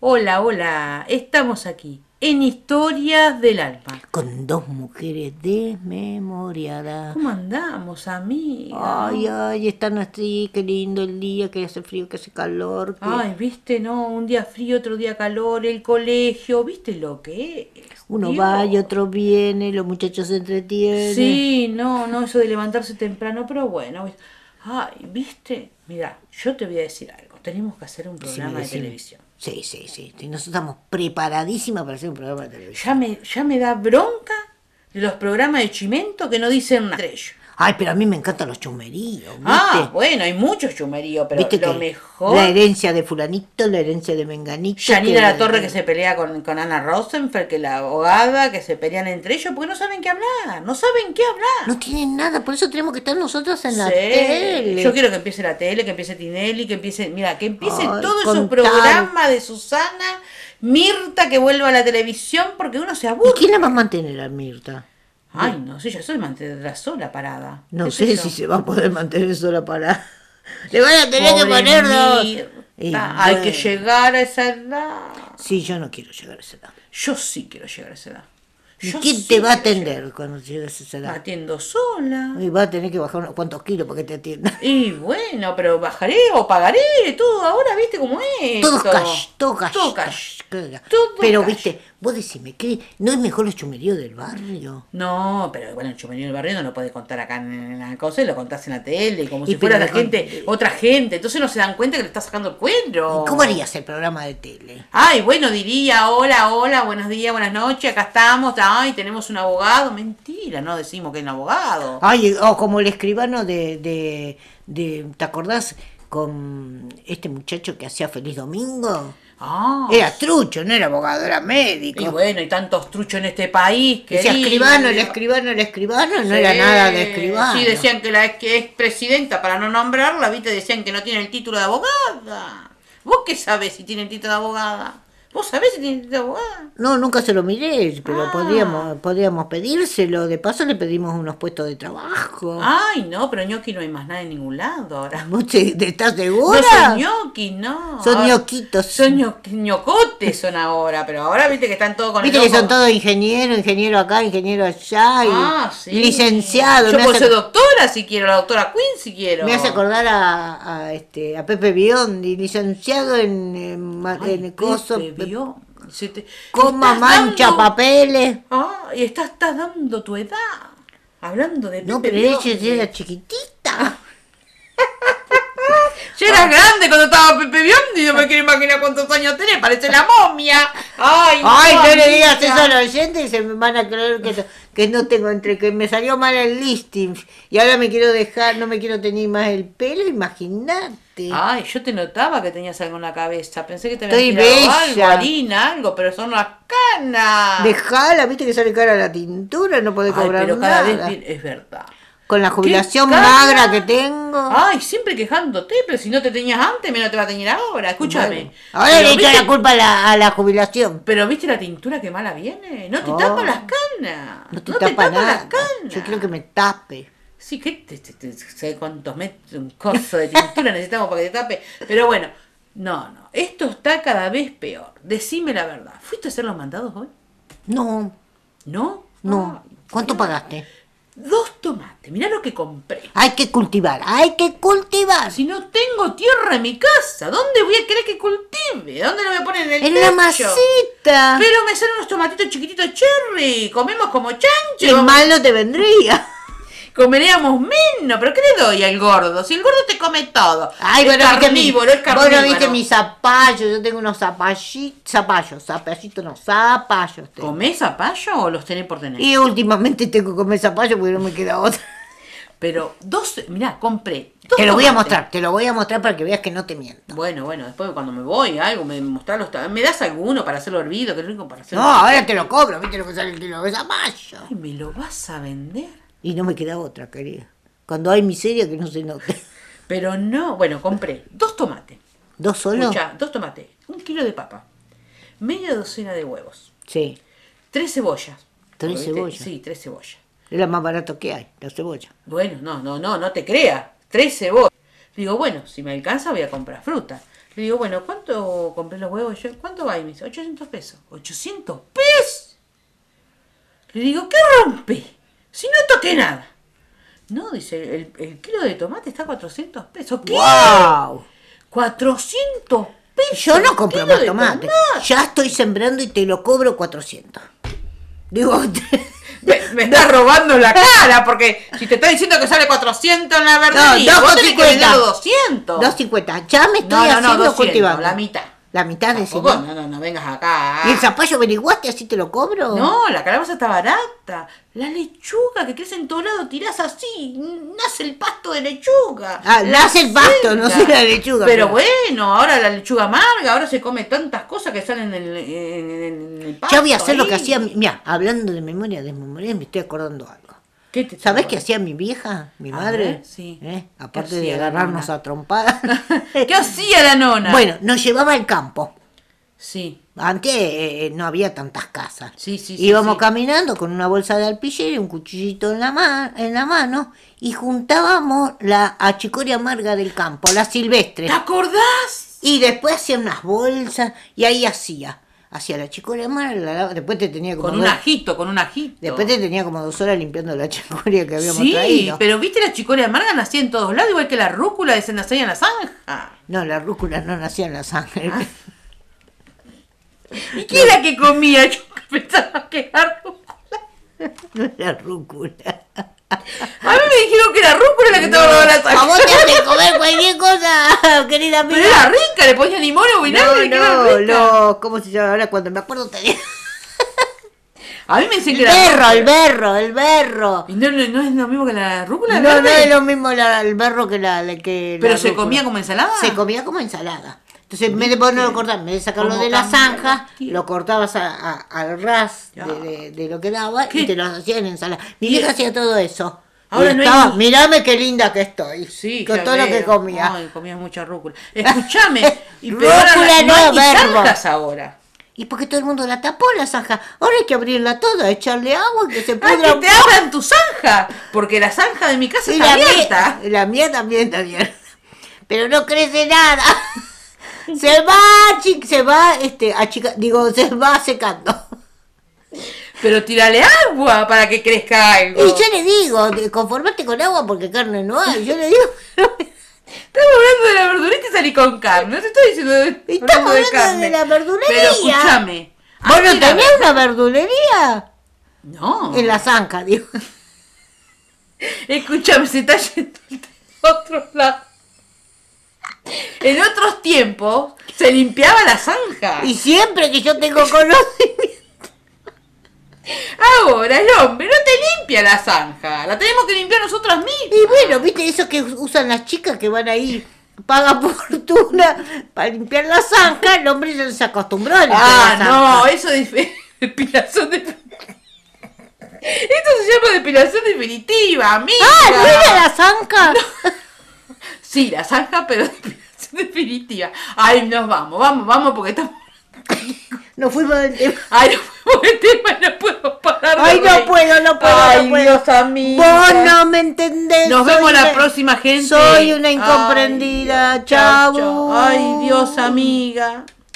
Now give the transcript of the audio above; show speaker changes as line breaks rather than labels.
Hola, hola, estamos aquí en Historias del Alma.
con dos mujeres desmemoriadas.
¿Cómo andamos, amiga?
Ay, ay, están así, qué lindo el día, que hace frío, que hace calor. que-
Ay, viste, no, un día frío, otro día calor, el colegio, viste lo que es.
Uno
Dios.
va y otro viene, los muchachos se entretienen.
Sí, no, no, eso de levantarse temprano, pero bueno. ¿viste? Ay, viste, mira, yo te voy a decir algo. Tenemos que hacer un
Decime,
programa de
decime.
televisión.
Sí, sí, sí. sí, Nosotros estamos preparadísimas para hacer un programa de televisión.
Ya me, ya me da bronca de los programas de Chimento que no dicen nada. de ellos.
Ay, pero a mí me encantan los chumeríos, ¿viste?
Ah, bueno, hay muchos chumeríos, pero
¿Viste
lo
que
mejor.
La herencia de fulanito, la herencia de menganito.
Yanira
que-
La Torre que se pelea con, con Ana Rosenfeld, que la abogada, que se pelean entre ellos porque no saben qué hablar, no saben qué hablar.
No tienen nada, por eso tenemos que estar nosotros en la
Sí.
tele.
Yo quiero que empiece la tele, que empiece Tinelli, que empiece, mira, que empiece
Ay,
todos
con
esos programas de Susana, Mirta que vuelva a la televisión porque uno se
¿Y
aburre.
quién la va a mantener a Mirta?
Ay, no sé, yo soy mantendrá sola parada.
No
¿Qué
sé
yo?
si se va a poder mantener sola parada. Le van a tener que
Pobre
poner dos.
Mirta,
Y
Ah, Hay
bueno,
que llegar a esa edad.
Sí, yo no quiero llegar a esa edad.
Yo sí quiero llegar a esa edad.
¿Y
Yo
quién
sí
te va a
quiero llegar.
atender cuando llegues a esa
Me
edad?
atiendo sola.
Y va a tener que bajar unos cuantos kilos para que te atienda.
Y bueno, pero bajaré o pagaré todo ahora, ¿viste cómo es?
Todos
esto?
cash, todo cash.
Todo cash.
cash.
Todo
Pero
cash.
viste, vos decime, ¿qué? ¿no es mejor los chumeríos del barrio?
No, pero bueno, el chumerío del barrio no lo podés contar acá en la cosa, y lo contás en la tele, como
Y
si
pero
fuera la
lo con-
gente, otra gente. Entonces no se dan cuenta que le estás sacando el cuero.
¿Y ¿Cómo harías el programa de tele?
Ay, bueno, diría, hola, hola, buenos días, buenas noches, acá estamos, ay, tenemos un abogado. Mentira, no decimos que es un abogado.
Ay, o como el escribano de, de, de- ¿Te acordás con este muchacho que hacía Feliz Domingo?
Ah,
Era trucho, no era abogado, era médico.
y bueno, y tantos truchos en este país, que
Decía Eh, escribano, el escribano, el escribano, no era
Sí,
nada de escribano.
Eh, Sí, decían que la ex, que es presidenta, para no nombrarla, viste, decían que no tiene el título de abogada. ¿Vos qué sabés si tiene el título de abogada? ¿Vos sabés si tiene el título de abogada?
No, nunca se lo miré, pero
Ah.
podríamos, podríamos pedírselo. De paso le pedimos unos puestos de trabajo.
Ay, no, pero ñoqui no hay más nada en ningún lado ahora.
¿Vos te, te estás
No
segura?
son ñoqui, no.
Son
Ahora-
ñoquitos.
Son ño- ñocotes son ahora, pero ahora viste que están todos con
Viste
el
que
ojo-
son todos ingenieros, ingeniero acá, ingeniero allá, y
Ah, sí.
licenciado.
Yo
me,
puedo
hace,
ser doctora si quiero, la doctora Quinn si quiero.
me hace acordar a, a, este, a Pepe Biondi, licenciado en, en, ma-
Ay,
en coso,
Pepe, vio. Se te-
coma,
estás
mancha,
dando-
papeles.
Ah, y estás, estás dando tu edad. Hablando de
No,
Pepe
pero ella
Biondi.
era chiquitita.
Yo
Ah.
era grande cuando estaba Pepe Biondi, no me quiero imaginar cuántos años tenés, parece la momia. Ay,
Ay, no le digas
amiga.
eso a los oyentes y se me van a creer que, no- que no tengo entre que me salió mal el listing y ahora me quiero dejar, no me quiero tener más el pelo, imagínate.
Ay, yo te notaba que tenías algo en la cabeza. Pensé que te
Estoy
habías tirado algo,
bella.
harina, algo, pero son las canas.
Dejala, viste que sale cara la tintura, no podés
Ay,
cobrar
pero cada
nada.
vez es verdad.
Con la jubilación
cara?
magra que tengo.
Ay, siempre quejándote, pero si no te tenías antes, menos te va a tener ahora. Escúchame.
Bueno, ahora
Pero
le echo
viste-
la culpa a la, a la jubilación.
Pero viste la tintura que mala viene. No te
Oh.
tapa las canas.
No te tapa
las
nada.
canas.
Yo quiero que me tape.
Sí, que te, te- te- sé cuántos metros, un coso de tintura necesitamos para que te tape. Pero bueno, no, no. Esto está cada vez peor. Decime la verdad. ¿Fuiste a hacer los mandados hoy?
No,
¿No?
no.
Ay,
¿Cuánto pagaste?
Dos tomates. Mirá lo que compré.
Hay que cultivar, hay que cultivar.
Si no tengo tierra en mi casa, ¿dónde voy a querer que cultive? ¿Dónde lo voy a poner en el
En
techo?
la masita.
Pero me salen unos tomatitos chiquititos cherry. Comemos como
Qué
chancho.
mal no te vendría.
Comeríamos menos, pero ¿qué le doy al gordo? Si el gordo te come todo.
Ay,
es
vos no viste mi-
carnívoro, es
vos
carnívoro.
no viste mis zapallos, yo tengo unos zapallitos, zapallos, zapallitos no, zapallos. tengo.
¿Comés zapallo o los tenés por tener?
Y últimamente tengo que comer zapallos porque no me queda otra.
Pero dos, mirá, compré. dos
Te lo voy a
tomates.
mostrar, te lo voy a mostrar para que veas que no te miento.
Bueno, bueno, después cuando me voy, algo, me mostrás los ta- ¿Me das alguno para hacerlo hervido? Qué rico para hacerlo.
No, ahora te lo cobro, viste lo que sale el kilo de zapallo.
Ay, ¿Me lo vas a vender?
Y no me queda otra, querida. Cuando hay miseria que no se note.
Pero no, bueno, compré dos tomates.
¿Dos solos?
Escuchá, dos tomates, un kilo de papa, media docena de huevos,
Sí,
tres cebollas.
Tres
¿Viste?
cebollas.
Sí, tres cebollas.
es la más barato que hay, la cebolla.
Bueno, no, no, no, no te creas. Tres cebollas. Digo, bueno, si me alcanza voy a comprar fruta. Le digo, bueno, ¿cuánto compré los huevos? Yo, ¿cuánto va? Y me dice, 800 pesos. ¿800 pesos? Le digo, ¿qué rompe? Si no toqué nada. No, dice, el, el kilo de tomate está a 400 pesos. ¿Qué?
¡Wow!
400 pesos.
Yo no
el
compro
kilo
más
de
tomate. Ya estoy sembrando y te lo cobro 400. Digo,
Me, me está robando la cara, porque si te está diciendo que sale 400 en la verdulería,
No,
vos tenés que
2.50.
venderlo 200.
250. Ya me estoy
no, no, no,
haciendo
200,
cultivando.
la mitad.
La mitad de ese.
Tampoco, no, no, no vengas acá.
¿Y el zapallo averiguaste así te lo cobro?
No, la calabaza está barata. La lechuga que crece en todo lado, tirás así, nace el pasto de lechuga.
Ah,
La
nace el pasto, no
selga.
sé la lechuga,
Pero
pero-
bueno, ahora la lechuga amarga, ahora se come tantas cosas que salen en el, en- en- en el pasto.
Ya voy a hacer lo que
ahí.
hacía. mi- Mira, hablando de memoria, de memoria, me estoy acordando algo.
¿Qué te-
¿Sabés qué hacía mi vieja, mi
A
madre?
ver, sí.
¿Eh?
¿Qué
Aparte de
hacía la
agarrarnos
nona?
a trompadas.
¿Qué hacía la nona?
bueno, nos llevaba al campo.
Sí,
Antes eh, eh, no había tantas casas.
sí, sí. sí,
Íbamos
sí.
caminando con una bolsa de alpillera y un cuchillito en la, ma- en la mano y juntábamos la achicoria amarga del campo, la silvestre.
¿Te acordás?
Y después hacía unas bolsas y ahí hacía. Hacía la chicoria amarga, la lavaba. después te tenía como
Con un
dos,
ajito, con un ajito.
después te tenía como dos horas limpiando la chicoria que habíamos
Sí,
traído.
pero viste la chicoria amarga nacía en todos lados, igual que la rúcula de Sendasaya en la zanja.
No, la rúcula no nacía en la sangre.
Ah. ¿Y quién era que comía? Yo pensaba que era rúcula.
No era rúcula.
A mí me dijeron que era rúcula la que estaba dando la
A vos
zanja.
te hacen comer cualquier cosa, querida amiga.
Pero era rica, le ponían limón o vinagre. que era
no, no,
rica.
no, ¿cómo se llama? Ahora cuando me acuerdo te digo.
A mí me dicen
El
que era rúcula.
berro, el berro, el berro.
¿Y no, no- no es lo mismo que la rúcula?
No, no
verde?
es lo mismo la- el berro que la la- que la
¿Pero se
rúcula.
comía como ensalada?
Se comía como ensalada. Entonces, en vez de vos no lo cortar, en vez de sacarlo
Como
de la
cambia
zanja,
los tiempos.
lo cortabas a- a- al ras de,
Ya.
de- de lo que daba
¿Qué?
y te lo hacían en ensalada. Mi
Y-
vieja hacía todo eso. Y
Ahora no hay
estaba,
ni-
mirame qué linda que estoy.
Sí,
con
ya
todo lo que
veo.
comía.
Ay, comías mucha rúcula. Escúchame. y pero
Rúcula
ahora
no,
hay ni
verbo.
zanjas ahora.
Y porque todo el mundo la tapó la zanja. Ahora hay que abrirla toda, echarle agua, que se
¡Ay,
pudra
Ah, que
un
te abran tu zanja! Porque la zanja de mi casa
Y
está
la
abierta.
mía, la mía también está abierta. Pero no crece nada. Se va, chi- se va, este, achica- digo, se va secando.
Pero tirale agua para que crezca
Y
algo.
yo le digo, de- conformate con agua porque carne no hay. Yo le digo,
Estamos hablando de la verdurita y salí con carne. No te estoy diciendo de,
estamos hablando de la verdulería. Ah,
Pero escúchame.
¿Vos no
antes la-
tenés una verdulería?
No.
En la zanja, digo.
Escúchame, se está yendo a otro lado. En otros tiempos se limpiaba la zanja.
Y siempre que yo tengo conocimiento.
Ahora el hombre no te limpia la zanja. La tenemos que limpiar nosotras mismas.
Y bueno, viste, eso que usan las chicas que van ahí, pagan fortuna para limpiar la zanja, el hombre ya se acostumbró a limpiar
Ah,
la zanja.
no, eso es dif- depilación de... Esto se llama depilación definitiva, amiga.
¡Ah, no era la zanja!
Sí, la zanja, pero depilación definitiva. Ay, nos vamos, vamos, vamos, porque estamos...
No fuimos del tema.
Ay, no puedo el tema, no puedo parar. de
Ay, no
reír.
puedo, no puedo,
Ay,
no puedo.
Dios, amiga.
Vos no me entendés.
Nos
soy
vemos la
una-
próxima, gente.
Soy una incomprendida.
Ay, Dios.
Chau.
Ay, Dios, amiga.